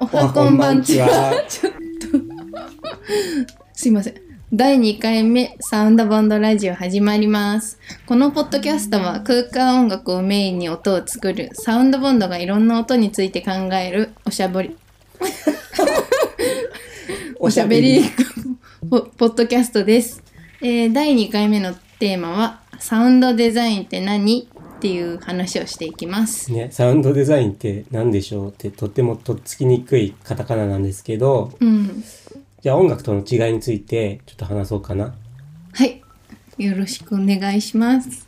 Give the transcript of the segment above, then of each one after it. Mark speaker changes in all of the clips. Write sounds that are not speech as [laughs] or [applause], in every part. Speaker 1: はこんばんちは。ちょっと [laughs] すいません。第2回目サウンドバンドラジオ始まります。このポッドキャストは空間音楽をメインに音を作るサウンドバンドがいろんな音について考えるおしゃべり、おしゃべり [laughs] ポポッドキャストです。えー第2回目のテーマはサウンドデザインって何っていう話をしていきます。
Speaker 2: ね、サウンドデザインって何でしょうってとってもとっつきにくいカタカナなんですけど、
Speaker 1: うん。
Speaker 2: じゃあ音楽との違いについてちょっと話そうかな。
Speaker 1: はい。よろしくお願いします。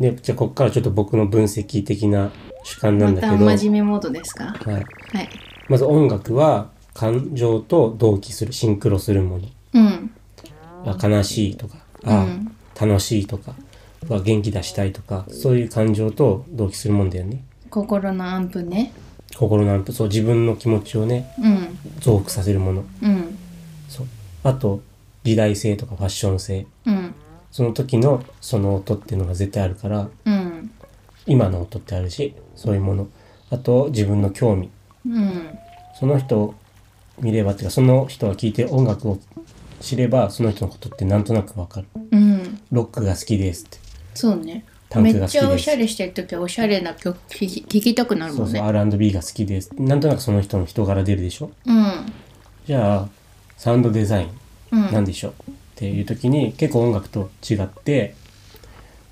Speaker 2: で、じゃあこっからちょっと僕の分析的な主観な
Speaker 1: ま
Speaker 2: んだけ
Speaker 1: た
Speaker 2: ど、
Speaker 1: お
Speaker 2: はい、
Speaker 1: 真面目モードですかはい。
Speaker 2: まず音楽は感情と同期する、シンクロするもの。
Speaker 1: うん。
Speaker 2: あ悲しいとか、あ、
Speaker 1: うん
Speaker 2: 楽しいとか、は元気出したいとか、そういう感情と同期するもんだよね。
Speaker 1: 心のアンプね。
Speaker 2: 心のアンプ、そう自分の気持ちをね、
Speaker 1: うん。
Speaker 2: 増幅させるもの。
Speaker 1: うん。
Speaker 2: そう。あと、時代性とかファッション性。
Speaker 1: うん。
Speaker 2: その時のその音っていうのが絶対あるから、
Speaker 1: うん。
Speaker 2: 今の音ってあるし、そういうもの。あと、自分の興味。
Speaker 1: うん。
Speaker 2: その人を見ればっていうか、その人が聴いてる音楽を知れば、その人のことってなんとなくわかる。
Speaker 1: うん。
Speaker 2: ロックが好きですって。
Speaker 1: そうね。
Speaker 2: タン
Speaker 1: め
Speaker 2: クが
Speaker 1: っ
Speaker 2: 好き
Speaker 1: ちゃお
Speaker 2: で
Speaker 1: し
Speaker 2: す
Speaker 1: ゃ。れしてるときはおしゃれな曲聴き聴きたくなる
Speaker 2: そ
Speaker 1: も
Speaker 2: うんそう、
Speaker 1: ね。
Speaker 2: R&B が好きです。なんとなくその人の人柄出るでしょ
Speaker 1: うん。
Speaker 2: じゃあ、サウンドデザイン。
Speaker 1: う
Speaker 2: なん
Speaker 1: ん。
Speaker 2: でしょうっていう時に結構音楽と違って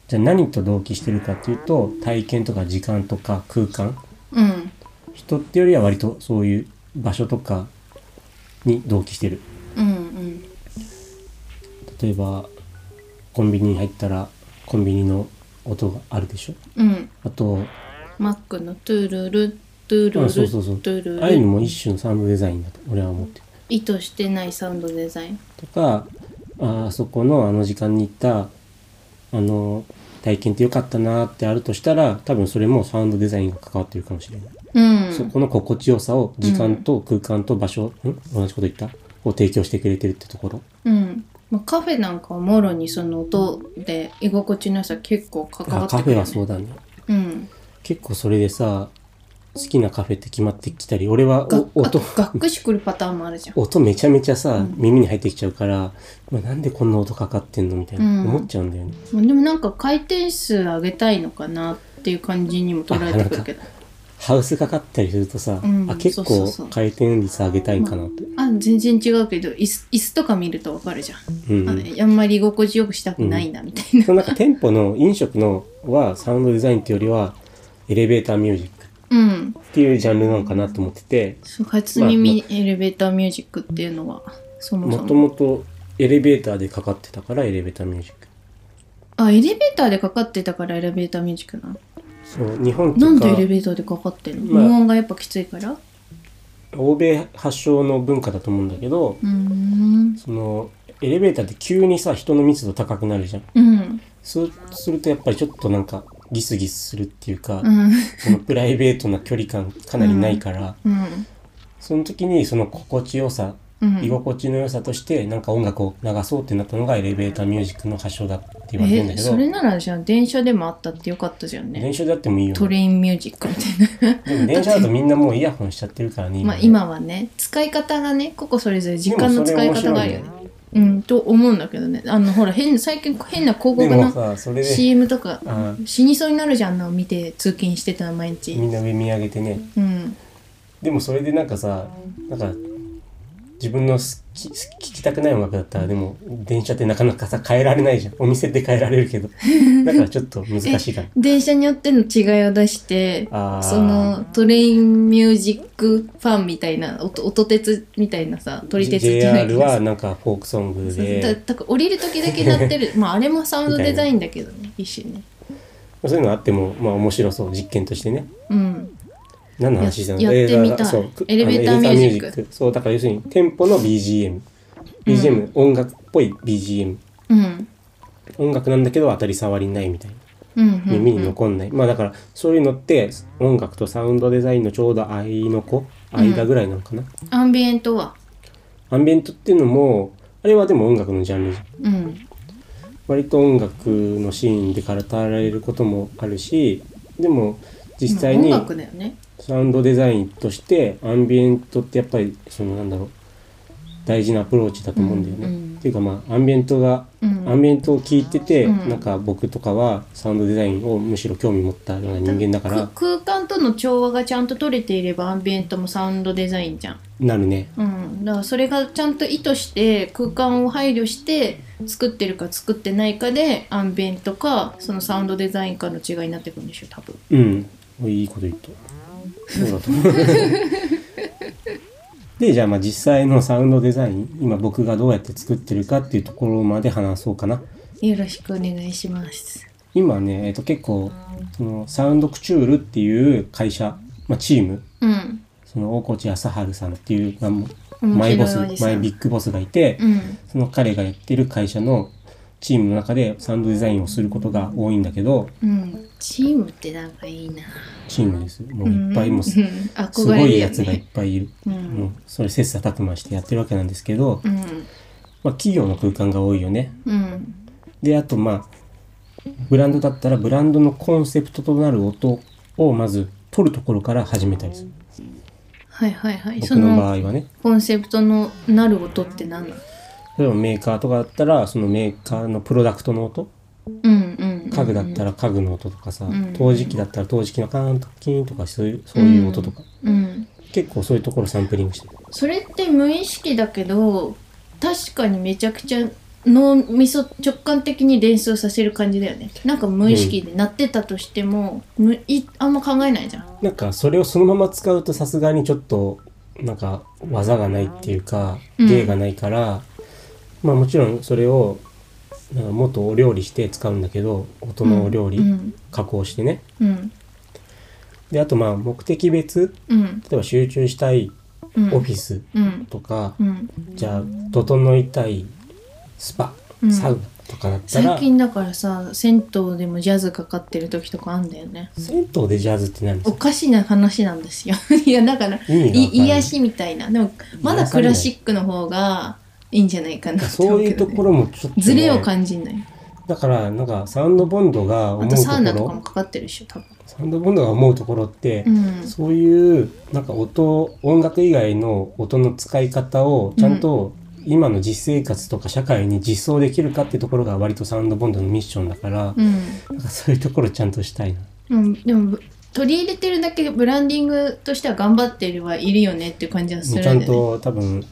Speaker 2: じゃあ何と同期してるかっていうと体験とか時間とか空間
Speaker 1: うん。
Speaker 2: 人ってよりは割とそういう場所とかに同期してる
Speaker 1: うん。
Speaker 2: 例えばコンビニに入ったらコンビニの音があるでしょ
Speaker 1: うん。
Speaker 2: あと
Speaker 1: マックのトゥルル、トゥルル、
Speaker 2: あ
Speaker 1: ト
Speaker 2: そうそうそう
Speaker 1: ゥル
Speaker 2: ああいうの
Speaker 1: ル。
Speaker 2: も一種のサウンドデザインだと俺は思ってる
Speaker 1: 意図してないサウンドデザイン。
Speaker 2: とかああそこのあの時間に行ったあの体験って良かったなーってあるとしたら多分それもサウンドデザインが関わってるかもしれない
Speaker 1: うん。
Speaker 2: そこの心地よさを時間と空間と場所、ん、同じこと言ったを提供してくれてるってところ。
Speaker 1: うん。まあ、カフェなんかはもろにその音で居心地の良さ結構関わ
Speaker 2: あ
Speaker 1: って
Speaker 2: カ
Speaker 1: く
Speaker 2: フ
Speaker 1: る、
Speaker 2: ェ
Speaker 1: ね。
Speaker 2: はそうだね。
Speaker 1: うん。
Speaker 2: 結構それでさ、好きなカフェって決まってきたり、俺は
Speaker 1: が
Speaker 2: お
Speaker 1: あと
Speaker 2: 音、
Speaker 1: 学士来るパターンもあるじゃん。
Speaker 2: 音めちゃめちゃさ、耳に入ってきちゃうから、まあ、なんでこんな音かかってんのみたいな、
Speaker 1: うん
Speaker 2: 思っちゃうんだよね。
Speaker 1: まあでもなんか回転数上げたいのかなっていう感じにも捉えてくるけど。
Speaker 2: ハウスかかったりするとさ、
Speaker 1: うん
Speaker 2: あ結
Speaker 1: そうそう
Speaker 2: 構
Speaker 1: そう
Speaker 2: 回転率上げたいんかなって。
Speaker 1: あ、全然違うけど、椅子椅子とか見るとわかるじゃん。
Speaker 2: うん、
Speaker 1: あ
Speaker 2: うん。
Speaker 1: あんまり居心地よくしたくないな、みたいな。
Speaker 2: そのなんか店舗の飲食のはサウンドデザインっていうよりは、エレベーターミュージックっ
Speaker 1: うん。
Speaker 2: ていうジャンルなのかなと思ってて、
Speaker 1: そう初耳エレベーターミュージックっていうのは、そも
Speaker 2: も
Speaker 1: そ
Speaker 2: と
Speaker 1: も。
Speaker 2: もとエレベーターでかかってたからエレベーターミュージック
Speaker 1: あ、エレベーターでかかってたからエレベーターミュージックなの
Speaker 2: そう日本と
Speaker 1: なんでエレ
Speaker 2: か
Speaker 1: ベーターでかかってんの、
Speaker 2: まあ
Speaker 1: 無音がやっぱきついからう
Speaker 2: 欧米発祥の文化だと思うんだけど
Speaker 1: ーん
Speaker 2: そのエレベーターって急にさ人の密度高くなるじゃん
Speaker 1: うん
Speaker 2: そうするとやっぱりちょっとなんかギスギスするっていうか、
Speaker 1: うん
Speaker 2: そのプライベートな距離感かなりないから、
Speaker 1: うん
Speaker 2: その時にその心地よさ
Speaker 1: うん
Speaker 2: 居心地の良さとしてなんか音楽を流そうってなったのがエレベーターミュージックの発祥だって言われてるんだ
Speaker 1: え
Speaker 2: け
Speaker 1: それ
Speaker 2: ど
Speaker 1: ならじゃあ電車でもあったってよかったじゃんね
Speaker 2: 電車であってもいいよ
Speaker 1: ト
Speaker 2: ね
Speaker 1: レインミュージックみたいな
Speaker 2: でも電車だとみんなもうイヤホンしちゃってるからね
Speaker 1: まあ
Speaker 2: ね
Speaker 1: 今はね使い方がね個々それぞれ時間の使い方があるよねうんと思うんだけどねあのほら変最近変な広
Speaker 2: で
Speaker 1: 告
Speaker 2: も
Speaker 1: の
Speaker 2: さそれで
Speaker 1: CM とか
Speaker 2: あー
Speaker 1: 死にそうになるじゃんあんなを見て通勤してたの毎
Speaker 2: み
Speaker 1: 日
Speaker 2: んな上見上げてね
Speaker 1: うん
Speaker 2: でもそれでなんかさなんか自分の好き好き聞きたくない音楽だったらでも電車ってなかなかさ変えられないじゃんお店で変えられる
Speaker 1: [laughs]
Speaker 2: けどだからちょっと難しいかな
Speaker 1: 電車によっての違いを出して
Speaker 2: あー
Speaker 1: そのトレインミュージックファンみたいな音音鉄みたいなさ撮り鉄じゃないけ
Speaker 2: JR
Speaker 1: ど
Speaker 2: はなんかフォークソング
Speaker 1: そうだ
Speaker 2: で
Speaker 1: だから降りる時だけ鳴
Speaker 2: [laughs]
Speaker 1: ってるまああれもサウンドデザインだけどね一種ね
Speaker 2: そういうのあってもまあ面白そう実験としてね
Speaker 1: うん
Speaker 2: 何の話じゃん
Speaker 1: ややってみたい
Speaker 2: そうく
Speaker 1: エレベーター
Speaker 2: あの
Speaker 1: ミュージック
Speaker 2: そうだから要するにテンポの BGM BGM、音楽っぽい BGM
Speaker 1: うん
Speaker 2: 音楽なんだけど当たり障りないみたいな
Speaker 1: うんうん
Speaker 2: 耳に残んない、まあだからそういうのって音楽とサウンドデザインのちょうど合いの子間ぐらいなのかな、
Speaker 1: アンビエントは
Speaker 2: アンビエントっていうのもあれはでも音楽のジャンルじゃん
Speaker 1: うん
Speaker 2: 割と音楽のシーンで語られることもあるしでも実際に
Speaker 1: まあ音楽だよね
Speaker 2: サウンドデザインとしてアンビエントってやっぱりそのなんだろう大事なアプローチだと思うんだよね。
Speaker 1: うんうん
Speaker 2: っていうかまあアンビエントが、
Speaker 1: うん
Speaker 2: アンビエントを聞いてて、
Speaker 1: うん
Speaker 2: なんか僕とかはサウンドデザインをむしろ興味持ったような人間だから
Speaker 1: く空間との調和がちゃんと取れていればアンビエントもサウンドデザインじゃん。
Speaker 2: なるね。
Speaker 1: うん、だからそれがちゃんと意図して空間を配慮して作ってるか作ってないかでアンビエントかそのサウンドデザインかの違いになってくるんでしょ多分。
Speaker 2: うん。おいいいこと言った。そうだと思う。
Speaker 1: [laughs]
Speaker 2: で、じゃあまあ実際のサウンドデザイン、今僕がどうやって作ってるかっていうところまで話そうかな。
Speaker 1: よろしくお願いします。
Speaker 2: 今ね、えっと結構、そのサウンドクチュールっていう会社、まあチーム、
Speaker 1: うん。
Speaker 2: その大河内康春さんっていう、まあ、
Speaker 1: 面
Speaker 2: マイボ
Speaker 1: 白
Speaker 2: ス
Speaker 1: いおじ、さん
Speaker 2: マイビッグボスがいて、
Speaker 1: うん。
Speaker 2: その彼がやってる会社のチームの中でサウンドデザインをすることが多いんだけど、
Speaker 1: うん。チームってなんかいいな。
Speaker 2: チームです。もういっぱいもう、
Speaker 1: うん
Speaker 2: す
Speaker 1: うん憧
Speaker 2: ご
Speaker 1: れるよね
Speaker 2: いやつがいっぱいいる。
Speaker 1: う
Speaker 2: も
Speaker 1: ん。
Speaker 2: うそれ切磋琢磨してやってるわけなんですけど、
Speaker 1: うん。
Speaker 2: まあ、企業の空間が多いよね。
Speaker 1: うん。
Speaker 2: であとまあブランドだったらブランドのコンセプトとなる音をまず取るところから始めたりする
Speaker 1: はいはいはい。そ
Speaker 2: 僕の場
Speaker 1: の
Speaker 2: 合はね
Speaker 1: コンセプトのなる音って何なの
Speaker 2: 例えばメーカーとかだったらそのメーカーのプロダクトの音
Speaker 1: うんうんうん。
Speaker 2: 家具だったら家具の音とかさ、
Speaker 1: ん
Speaker 2: 陶磁器だったら陶磁器のカーンとキーンとかそういうそういう音とか、
Speaker 1: うん。
Speaker 2: 結構そういうところサンプリングしてる
Speaker 1: それって無意識だけど確かにめちゃくちゃ脳みそ直感的に連想させる感じだよねなんか無意識でなってたとしても、むいあんま考えないじゃん
Speaker 2: なんかそれをそのまま使うとさすがにちょっとなんか技がないっていうか
Speaker 1: うん
Speaker 2: 芸がないから、まあもちろんそれをなんかもっとお料理して使うんだけど音のお料理、
Speaker 1: うん
Speaker 2: 加工してね
Speaker 1: うん
Speaker 2: であとまあ目的別
Speaker 1: うん
Speaker 2: 例えば集中したい
Speaker 1: うん
Speaker 2: オフィス
Speaker 1: うん
Speaker 2: とか、
Speaker 1: うん
Speaker 2: じゃあ整いたいスパ、
Speaker 1: うん
Speaker 2: サウナとかだった
Speaker 1: 最
Speaker 2: ら
Speaker 1: 近だからさ銭湯でもジャズかかってる時とかあんだよね
Speaker 2: 銭湯でジャズって何です
Speaker 1: お
Speaker 2: か
Speaker 1: かしな話なんですよ [laughs] いやだから
Speaker 2: 意味がわからない
Speaker 1: い癒しみたいなでもまだクラシックの方がいいんじゃないかなって思
Speaker 2: そういうところもちょっと、ね、
Speaker 1: ズレを感じない
Speaker 2: だからなんかサウンドボンドが思
Speaker 1: あ
Speaker 2: う
Speaker 1: と
Speaker 2: とこ
Speaker 1: サウナとかも
Speaker 2: ろ
Speaker 1: かかってるでしょ多分
Speaker 2: サウンドボンドが思うところって、
Speaker 1: うん
Speaker 2: そういうなんか音音楽以外の音の使い方をちゃんと今の実生活とか社会に実装できるかってところが割とサウンドボンドのミッションだから、
Speaker 1: うん、
Speaker 2: なんかそういうところちゃんとしたいな。
Speaker 1: うん、でも取り入れてるだけブランディングとしては頑張っていればいるよねっていう感じはするん
Speaker 2: ち
Speaker 1: だ
Speaker 2: ゃ
Speaker 1: よ
Speaker 2: ん
Speaker 1: ね。
Speaker 2: と多分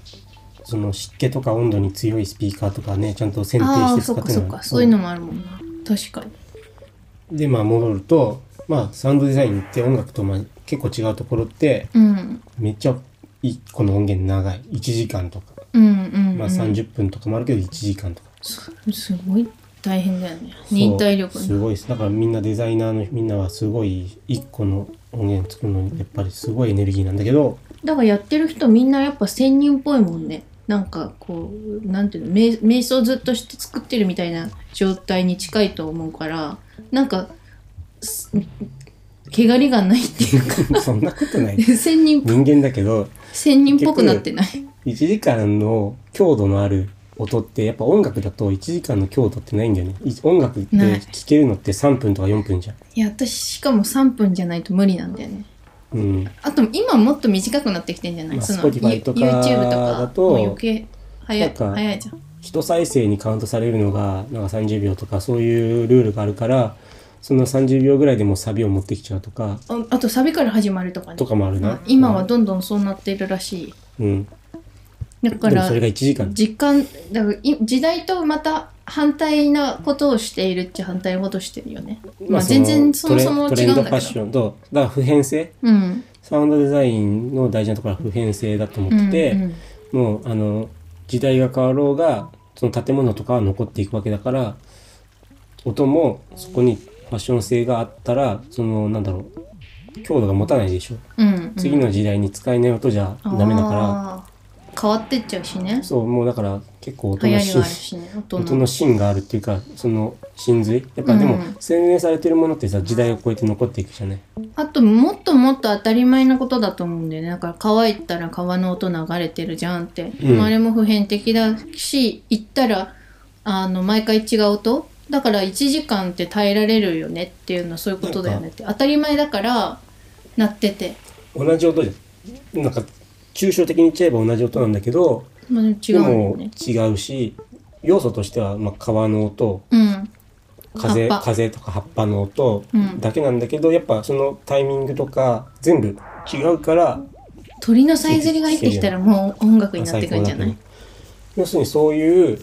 Speaker 2: その湿気とか温度に強いスピーカーとかねちゃんと選定
Speaker 1: あ
Speaker 2: し
Speaker 1: あ
Speaker 2: て
Speaker 1: そ
Speaker 2: 使
Speaker 1: う
Speaker 2: っ
Speaker 1: か
Speaker 2: て
Speaker 1: そ
Speaker 2: も
Speaker 1: う
Speaker 2: ら
Speaker 1: かそういうのもあるもんな確かに。
Speaker 2: でまあ戻るとまあサウンドデザインって音楽とまあ結構違うところって
Speaker 1: うん
Speaker 2: めっちゃ一個の音源長い1時間とか、
Speaker 1: うんうん、うん
Speaker 2: まあ、30分とかもあるけど1時間とか、
Speaker 1: すすごい大変だよね忍耐力
Speaker 2: そうすごいですだからみんなデザイナーのみんなはすごい一個の音源作るのにやっぱりすごいエネルギーなんだ
Speaker 1: [laughs]
Speaker 2: けど
Speaker 1: だからやってる人みんなやっぱ仙人っぽいもんねなんかこうなんていうの瞑瞑想ずっとして作ってるみたいな状態に近いと思うからなんかす汚れがないっていうか
Speaker 2: そんなことな
Speaker 1: [laughs]
Speaker 2: い
Speaker 1: 仙人っぽ
Speaker 2: 人間だけど
Speaker 1: 仙人っぽくなってない。
Speaker 2: 1時間の強度のある音ってやっぱ音楽だと1時間の強度ってないんだよねい音楽って
Speaker 1: ない
Speaker 2: 聴けるのって3分とか4分じゃん
Speaker 1: いや私しかも3分じゃないと無理なんだよね
Speaker 2: うん
Speaker 1: あと今もっと短くなってきてんじゃない、
Speaker 2: まあ
Speaker 1: その
Speaker 2: Spotify とか
Speaker 1: YouTube とか
Speaker 2: だと
Speaker 1: もう余計早
Speaker 2: ないんか
Speaker 1: 早いじゃん
Speaker 2: 人再生にカウントされるのがなんか30秒とかそういうルールがあるからその30秒ぐらいでもうサビを持ってきちゃうとか
Speaker 1: ああとサビから始まるとかね
Speaker 2: とかもある
Speaker 1: まあ
Speaker 2: な
Speaker 1: 今はどんどんそうなってるらしい
Speaker 2: うん
Speaker 1: だか
Speaker 2: でも
Speaker 1: ら
Speaker 2: それが1
Speaker 1: [laughs]
Speaker 2: 時間
Speaker 1: 時間だからい時代とまた反対なことをしているっちゃ反対なことしてるよねまあ
Speaker 2: その
Speaker 1: 全然そもそも
Speaker 2: トレ
Speaker 1: 違
Speaker 2: ン
Speaker 1: うん
Speaker 2: トレン
Speaker 1: だ
Speaker 2: ドファッ
Speaker 1: け
Speaker 2: シ
Speaker 1: ど
Speaker 2: ョンとだから普遍性
Speaker 1: うん
Speaker 2: サウンドデザインの大事なところは普遍性だと思ってて、
Speaker 1: うんうん
Speaker 2: もうあの時代が変わろうがその建物とかは残っていくわけだから音もそこにファッション性があったらそのなんだろう強度が持たないでしょ、
Speaker 1: うんうん
Speaker 2: 次の時代に使えない音じゃダメだから
Speaker 1: あー変わってっちゃうしね
Speaker 2: そうもうだから結構音
Speaker 1: 流行
Speaker 2: の
Speaker 1: りは
Speaker 2: 芯
Speaker 1: あるしね大
Speaker 2: 音の芯があるっていうかその真髄やっぱでも
Speaker 1: うん
Speaker 2: 洗練されてるものってさ時代を超えて残っていくじゃない
Speaker 1: あともっともっと当たり前のことだと思うんだよねだから川行ったら川の音流れてるじゃんって、
Speaker 2: うん
Speaker 1: あれも普遍的だし行ったらあの毎回違う音だから1時間って耐えられるよねっていうのはそういうことだよねって当たり前だから鳴ってて
Speaker 2: 同じ音じゃんなんか抽象的に言っちゃえば同じ音なんだけど
Speaker 1: まあ、違
Speaker 2: で
Speaker 1: うよ
Speaker 2: も
Speaker 1: ね。
Speaker 2: 違うし要素としては、まあ、川の音
Speaker 1: うん。
Speaker 2: 風
Speaker 1: 葉っぱ
Speaker 2: 風とか葉っぱの音
Speaker 1: うん
Speaker 2: だけなんだけど、やっぱそのタイミングとか全部違うから
Speaker 1: 鳥のさえずりが入ってきたらもう音楽になってくんじゃない
Speaker 2: 要するにそういう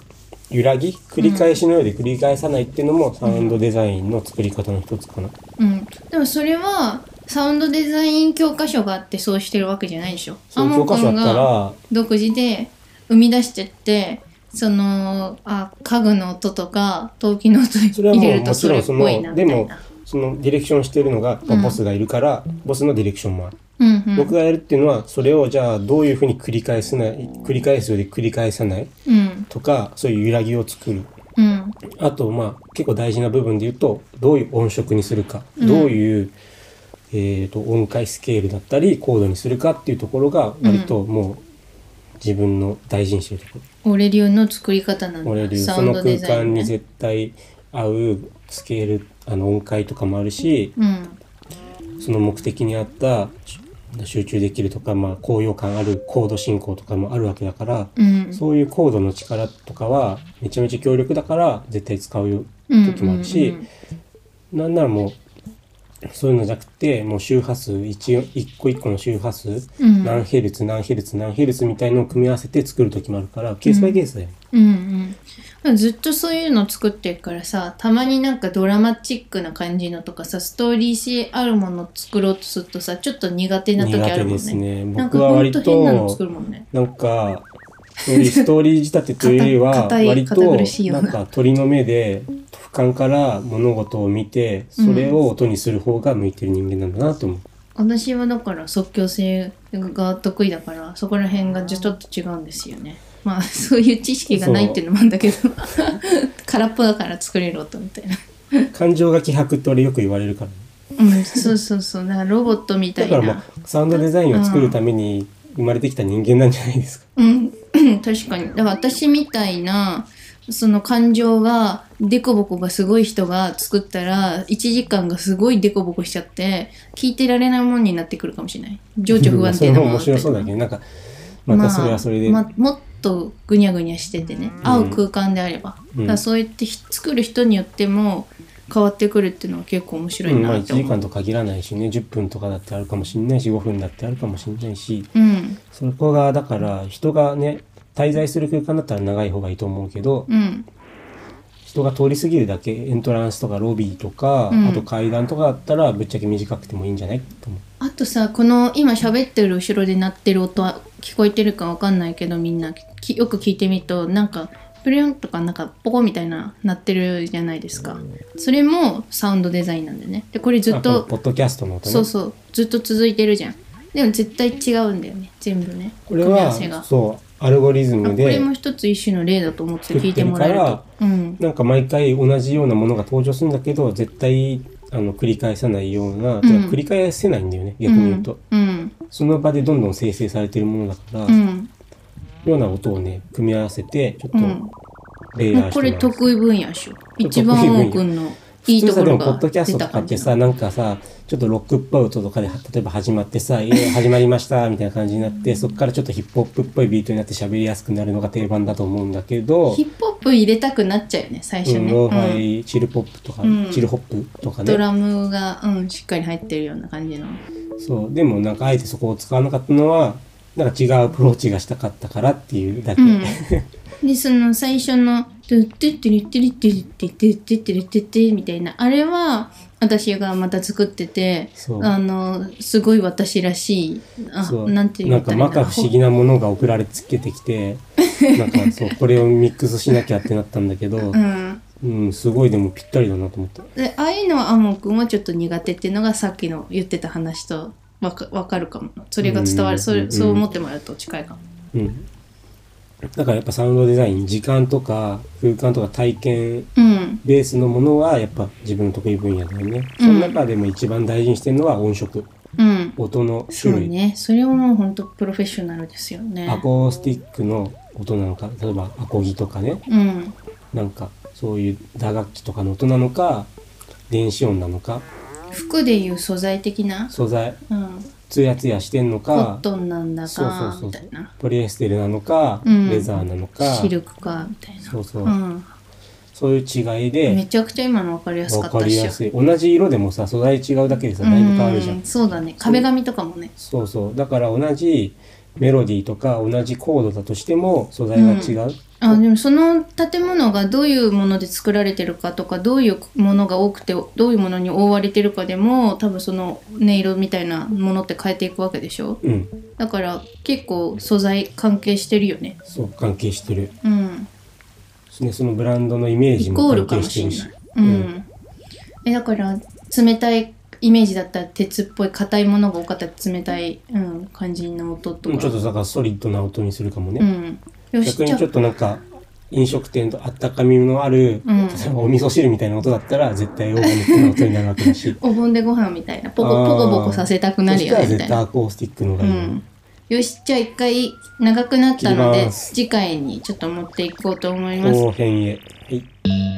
Speaker 2: 揺らぎ繰り返しのようで繰り返さないっていうのもサウンドデザインの作り方の一つかな。
Speaker 1: うん。でもそれは、サウンドデザイン教科書があってそうしてるわけじゃないでしょ。
Speaker 2: そういう教科書あ
Speaker 1: アモン
Speaker 2: っ
Speaker 1: 君
Speaker 2: た
Speaker 1: が
Speaker 2: ら
Speaker 1: 独自で生み出してってそのあ家具の音とか陶器の音
Speaker 2: それは
Speaker 1: 入れ
Speaker 2: もう
Speaker 1: ると
Speaker 2: もち
Speaker 1: そ
Speaker 2: ろ
Speaker 1: れ
Speaker 2: ん
Speaker 1: っ
Speaker 2: そ
Speaker 1: ぽいなみた
Speaker 2: ので
Speaker 1: いな
Speaker 2: もそのディレクションしてるのがまあ
Speaker 1: うん
Speaker 2: ボスがいるから、ボスのディレクションもあ
Speaker 1: う
Speaker 2: る。
Speaker 1: んうん
Speaker 2: 僕がやるっていうのはそれをじゃあどういうふうに繰り返すない繰り返すようで繰り返さない
Speaker 1: うん
Speaker 2: とかそういう揺らぎを作る
Speaker 1: うん
Speaker 2: あとまあ結構大事な部分で言うとどういう音色にするか、
Speaker 1: うん
Speaker 2: どういう、えー、と音階スケールだったりコードにするかっていうところが割ともう自分の大事にしてるとこ
Speaker 1: 俺流の作り方なんだ
Speaker 2: 俺流
Speaker 1: サ
Speaker 2: そ
Speaker 1: ウン
Speaker 2: の
Speaker 1: ド
Speaker 2: 空
Speaker 1: デザイ
Speaker 2: 間
Speaker 1: ン、
Speaker 2: に
Speaker 1: ね、
Speaker 2: 絶対合うスケールあの音階とかもあるし、
Speaker 1: うん
Speaker 2: その目的に合ったし集中できるとか、まあ、高揚感あるコード進行とかもあるわけだから、
Speaker 1: うん
Speaker 2: そういうコードの力とかはめちゃめちゃ強力だから絶対使うよ
Speaker 1: うん
Speaker 2: 時もあるし、
Speaker 1: うんうん
Speaker 2: なんならもうそういうのじゃなくてもう周波数一一個一個の周波数、
Speaker 1: うん
Speaker 2: 何ヘルツ何ヘルツ何ヘルツみたいのを組み合わせて作る時もあるからケースバイケースだよね、
Speaker 1: うんうん、ずっとそういうの作ってるからさたまになんかドラマチックな感じのとかさストーリー性あるもの作ろうとするとさちょっと苦手な時
Speaker 2: 苦
Speaker 1: あ
Speaker 2: 手
Speaker 1: るも
Speaker 2: で
Speaker 1: ん
Speaker 2: す
Speaker 1: ね
Speaker 2: ね
Speaker 1: なんか
Speaker 2: 僕は
Speaker 1: ほん
Speaker 2: 割
Speaker 1: と変なの
Speaker 2: と
Speaker 1: 作るもんね
Speaker 2: なんかそういうストーリー仕立てというよりは
Speaker 1: 硬い
Speaker 2: 割と
Speaker 1: 堅苦しいよ
Speaker 2: な
Speaker 1: うんな
Speaker 2: か鳥の目で俯瞰から物事を見てそれを音にする方が向いてる人間なんだなと思う、
Speaker 1: 私はだから即興性が得意だからそこら辺がちょっと違うんですよねまあ [laughs] そういう知識がないっていうのもあるんだけど [laughs] 空っぽだから作れる音みたいな
Speaker 2: 感情が希薄って俺よく言われるからね
Speaker 1: うん [laughs] そうそうそうだからロボットみた
Speaker 2: だ
Speaker 1: い
Speaker 2: か
Speaker 1: な
Speaker 2: らまあサウンドデザインを作るために生まれてきた人間なんじゃないですか。
Speaker 1: うん [coughs] 確かにだから私みたいなその感情がデコボコがすごい人が作ったら1時間がすごいデコボコしちゃって聞いてられないもんになってくるかもしれない情緒不安定なも
Speaker 2: うん
Speaker 1: の
Speaker 2: まあそれも面白そうだけど、なんか、またそれはそれで。
Speaker 1: まあまもっとぐにゃぐにゃしててね、
Speaker 2: ん
Speaker 1: 合う空間であれば、
Speaker 2: うん
Speaker 1: だからそうやってひ作る人によっても変わってくるっていうのは結構面白
Speaker 2: う
Speaker 1: い
Speaker 2: んまあ
Speaker 1: なっ
Speaker 2: 1
Speaker 1: て
Speaker 2: 時
Speaker 1: 思う、う
Speaker 2: 間
Speaker 1: ん
Speaker 2: と限らないしね10分とかだってあるかもしれないし5分だってあるかもしれないし
Speaker 1: うん
Speaker 2: そこがだから人がね滞在する空間だったら長い方がいいと思うけど
Speaker 1: うん
Speaker 2: 人が通り過ぎるだけエントランスとかロビーとか、
Speaker 1: うん
Speaker 2: あと階段とかだったらぶっちゃけ短くてもいいんじゃないと思う。
Speaker 1: あとさこの今喋ってる後ろで鳴ってる音は聞こえてるかわかんないけどみんなきよく聞いてみるとなんかプリョンとかなんかポコみたいな鳴ってるじゃないですかそれもサウンドデザインなんだよねでこれずっ
Speaker 2: あことのポッドキャストの音ね。
Speaker 1: そうそうずっと続いてるじゃんでも絶対違うんだよね全部ね
Speaker 2: これ
Speaker 1: 組み合わせが
Speaker 2: はそうアルゴリズ
Speaker 1: あこ
Speaker 2: ムで
Speaker 1: れも一つ一種の例だと思って聞いてもらえる
Speaker 2: 作っ
Speaker 1: とうん
Speaker 2: なんか毎回同じようなものが登場するんだけど絶対あの繰り返さないような、てか繰り返せないんだよね逆に言うと、
Speaker 1: うん
Speaker 2: その場でどんどん生成されてるものだから、
Speaker 1: うん、う
Speaker 2: よ
Speaker 1: ん
Speaker 2: うな音をね組み合わせてちょっ
Speaker 1: うん
Speaker 2: とレイ
Speaker 1: も
Speaker 2: ヤ
Speaker 1: う
Speaker 2: ーして
Speaker 1: これ
Speaker 2: もらう
Speaker 1: 得意分野でしょ
Speaker 2: 意
Speaker 1: 一番王くんのいい
Speaker 2: 普
Speaker 1: とこ
Speaker 2: 通さで
Speaker 1: ろ
Speaker 2: もポッ
Speaker 1: が
Speaker 2: ドキャス
Speaker 1: 出
Speaker 2: ト
Speaker 1: た
Speaker 2: とかっ
Speaker 1: 感
Speaker 2: て
Speaker 1: じ
Speaker 2: さなんかさちょっとロックっぽい音とかで例えば始まってさ
Speaker 1: [laughs]
Speaker 2: 「えー始まりました」みたいな感じになってそこからちょっとヒップホップっぽいビートになって喋りやすくなるのが定番だと思うんだけど
Speaker 1: ヒップホップ入れたくなっちゃうよね最初
Speaker 2: うん
Speaker 1: ね、
Speaker 2: ローフ
Speaker 1: うん
Speaker 2: ァイチルポップとか、
Speaker 1: うん
Speaker 2: チルホップとかね
Speaker 1: ドラムが、うん、しっかり入ってるような感じの
Speaker 2: そうでもなんかあえてそこを使わなかったのはなんか違うアプローチがしたかったからっていうだけ、
Speaker 1: うんでその最初の「トゥットゥットゥルットゥルットゥルットゥルットゥルットゥルットゥルットゥ」みたいなあれは私がまた作ってて
Speaker 2: そう
Speaker 1: あのすごい私らしいあ
Speaker 2: [laughs] そう
Speaker 1: なんて言
Speaker 2: な
Speaker 1: うんたら
Speaker 2: か
Speaker 1: いいんだろう
Speaker 2: 摩訶不思議なものが送られつけてき
Speaker 1: [laughs]
Speaker 2: てなんかそうこれをミックスしなきゃってなったんだけど
Speaker 1: う、ん、
Speaker 2: うん、すごいでもぴったりだなと思った
Speaker 1: でああいうのはアモン君はちょっと苦手っていうのがさっきの言ってた話とわかわかるかもそれが伝わる
Speaker 2: うん
Speaker 1: それ
Speaker 2: うん
Speaker 1: そう思ってもらうと近いかも
Speaker 2: うんだからやっぱサウンドデザイン時間とか空間とか体験
Speaker 1: うん
Speaker 2: ベースのものはやっぱ自分の得意分野だよね、
Speaker 1: うん
Speaker 2: その中でも一番大事にしてるのは音色
Speaker 1: うん
Speaker 2: 音の
Speaker 1: そ
Speaker 2: 種
Speaker 1: う
Speaker 2: 類、
Speaker 1: ねそれはもう本当プロフェッショナルですよね
Speaker 2: アコースティックの音なのか例えばアコギとかね
Speaker 1: うん
Speaker 2: なんかそういう打楽器とかの音なのか電子音なのか
Speaker 1: 服でいう素材的な
Speaker 2: 素材
Speaker 1: うん
Speaker 2: ツヤツヤしてんの
Speaker 1: コッ
Speaker 2: か
Speaker 1: トンなんだ
Speaker 2: そう
Speaker 1: か
Speaker 2: そう
Speaker 1: み
Speaker 2: そ
Speaker 1: た
Speaker 2: う
Speaker 1: いな
Speaker 2: ポリエステルなのか、
Speaker 1: うん
Speaker 2: レザーなのか
Speaker 1: シルクかみたいな
Speaker 2: そうそう、
Speaker 1: うん
Speaker 2: そういう違いで
Speaker 1: めちゃくちゃ今の分かりやすか
Speaker 2: 分
Speaker 1: った
Speaker 2: か
Speaker 1: っ
Speaker 2: り
Speaker 1: しょ
Speaker 2: やすい同じ色でもさ素材違うだけでさだいぶ変わるじゃん、
Speaker 1: うんそうだね壁紙とかもね
Speaker 2: そうそうだから同じメロディーとか同じコードだとしても素材が違う、
Speaker 1: あでもその建物がどういうもので作られてるかとかどういうものが多くてどういうものに覆われてるかでも多分その音色みたいなものって変えていくわけでしょ
Speaker 2: うん
Speaker 1: だから結構素材関係してるよね
Speaker 2: そう関係してる
Speaker 1: うん
Speaker 2: ねそのブランドのイメージ
Speaker 1: イ
Speaker 2: も
Speaker 1: コール
Speaker 2: 関
Speaker 1: か
Speaker 2: 係
Speaker 1: も
Speaker 2: して
Speaker 1: しん
Speaker 2: る
Speaker 1: な
Speaker 2: し
Speaker 1: いうん、えだから冷たいイメージだったら鉄っぽい硬いものが多かったら冷たい、うん、感じの音と
Speaker 2: う
Speaker 1: か
Speaker 2: んちょっとだからソリッドな音にするかも
Speaker 1: う
Speaker 2: ね、
Speaker 1: んよし
Speaker 2: 逆
Speaker 1: じゃ
Speaker 2: に
Speaker 1: あ
Speaker 2: ちょっとなんか飲食店とあったかみのある、
Speaker 1: うん
Speaker 2: 例えばお味噌汁みたいな音だったら絶対オーガニックな音になるわけだし
Speaker 1: お盆でご飯みたいなポコ
Speaker 2: あー
Speaker 1: ポコポコさせたくなるよ
Speaker 2: そ
Speaker 1: ね
Speaker 2: した
Speaker 1: みたい
Speaker 2: ら絶対
Speaker 1: な
Speaker 2: アコースティックの方が
Speaker 1: う
Speaker 2: いい、
Speaker 1: んよしじゃあ一回長くなったの
Speaker 2: 切り
Speaker 1: で
Speaker 2: ます
Speaker 1: 次回にちょっと持っていこうと思います
Speaker 2: 後編へはい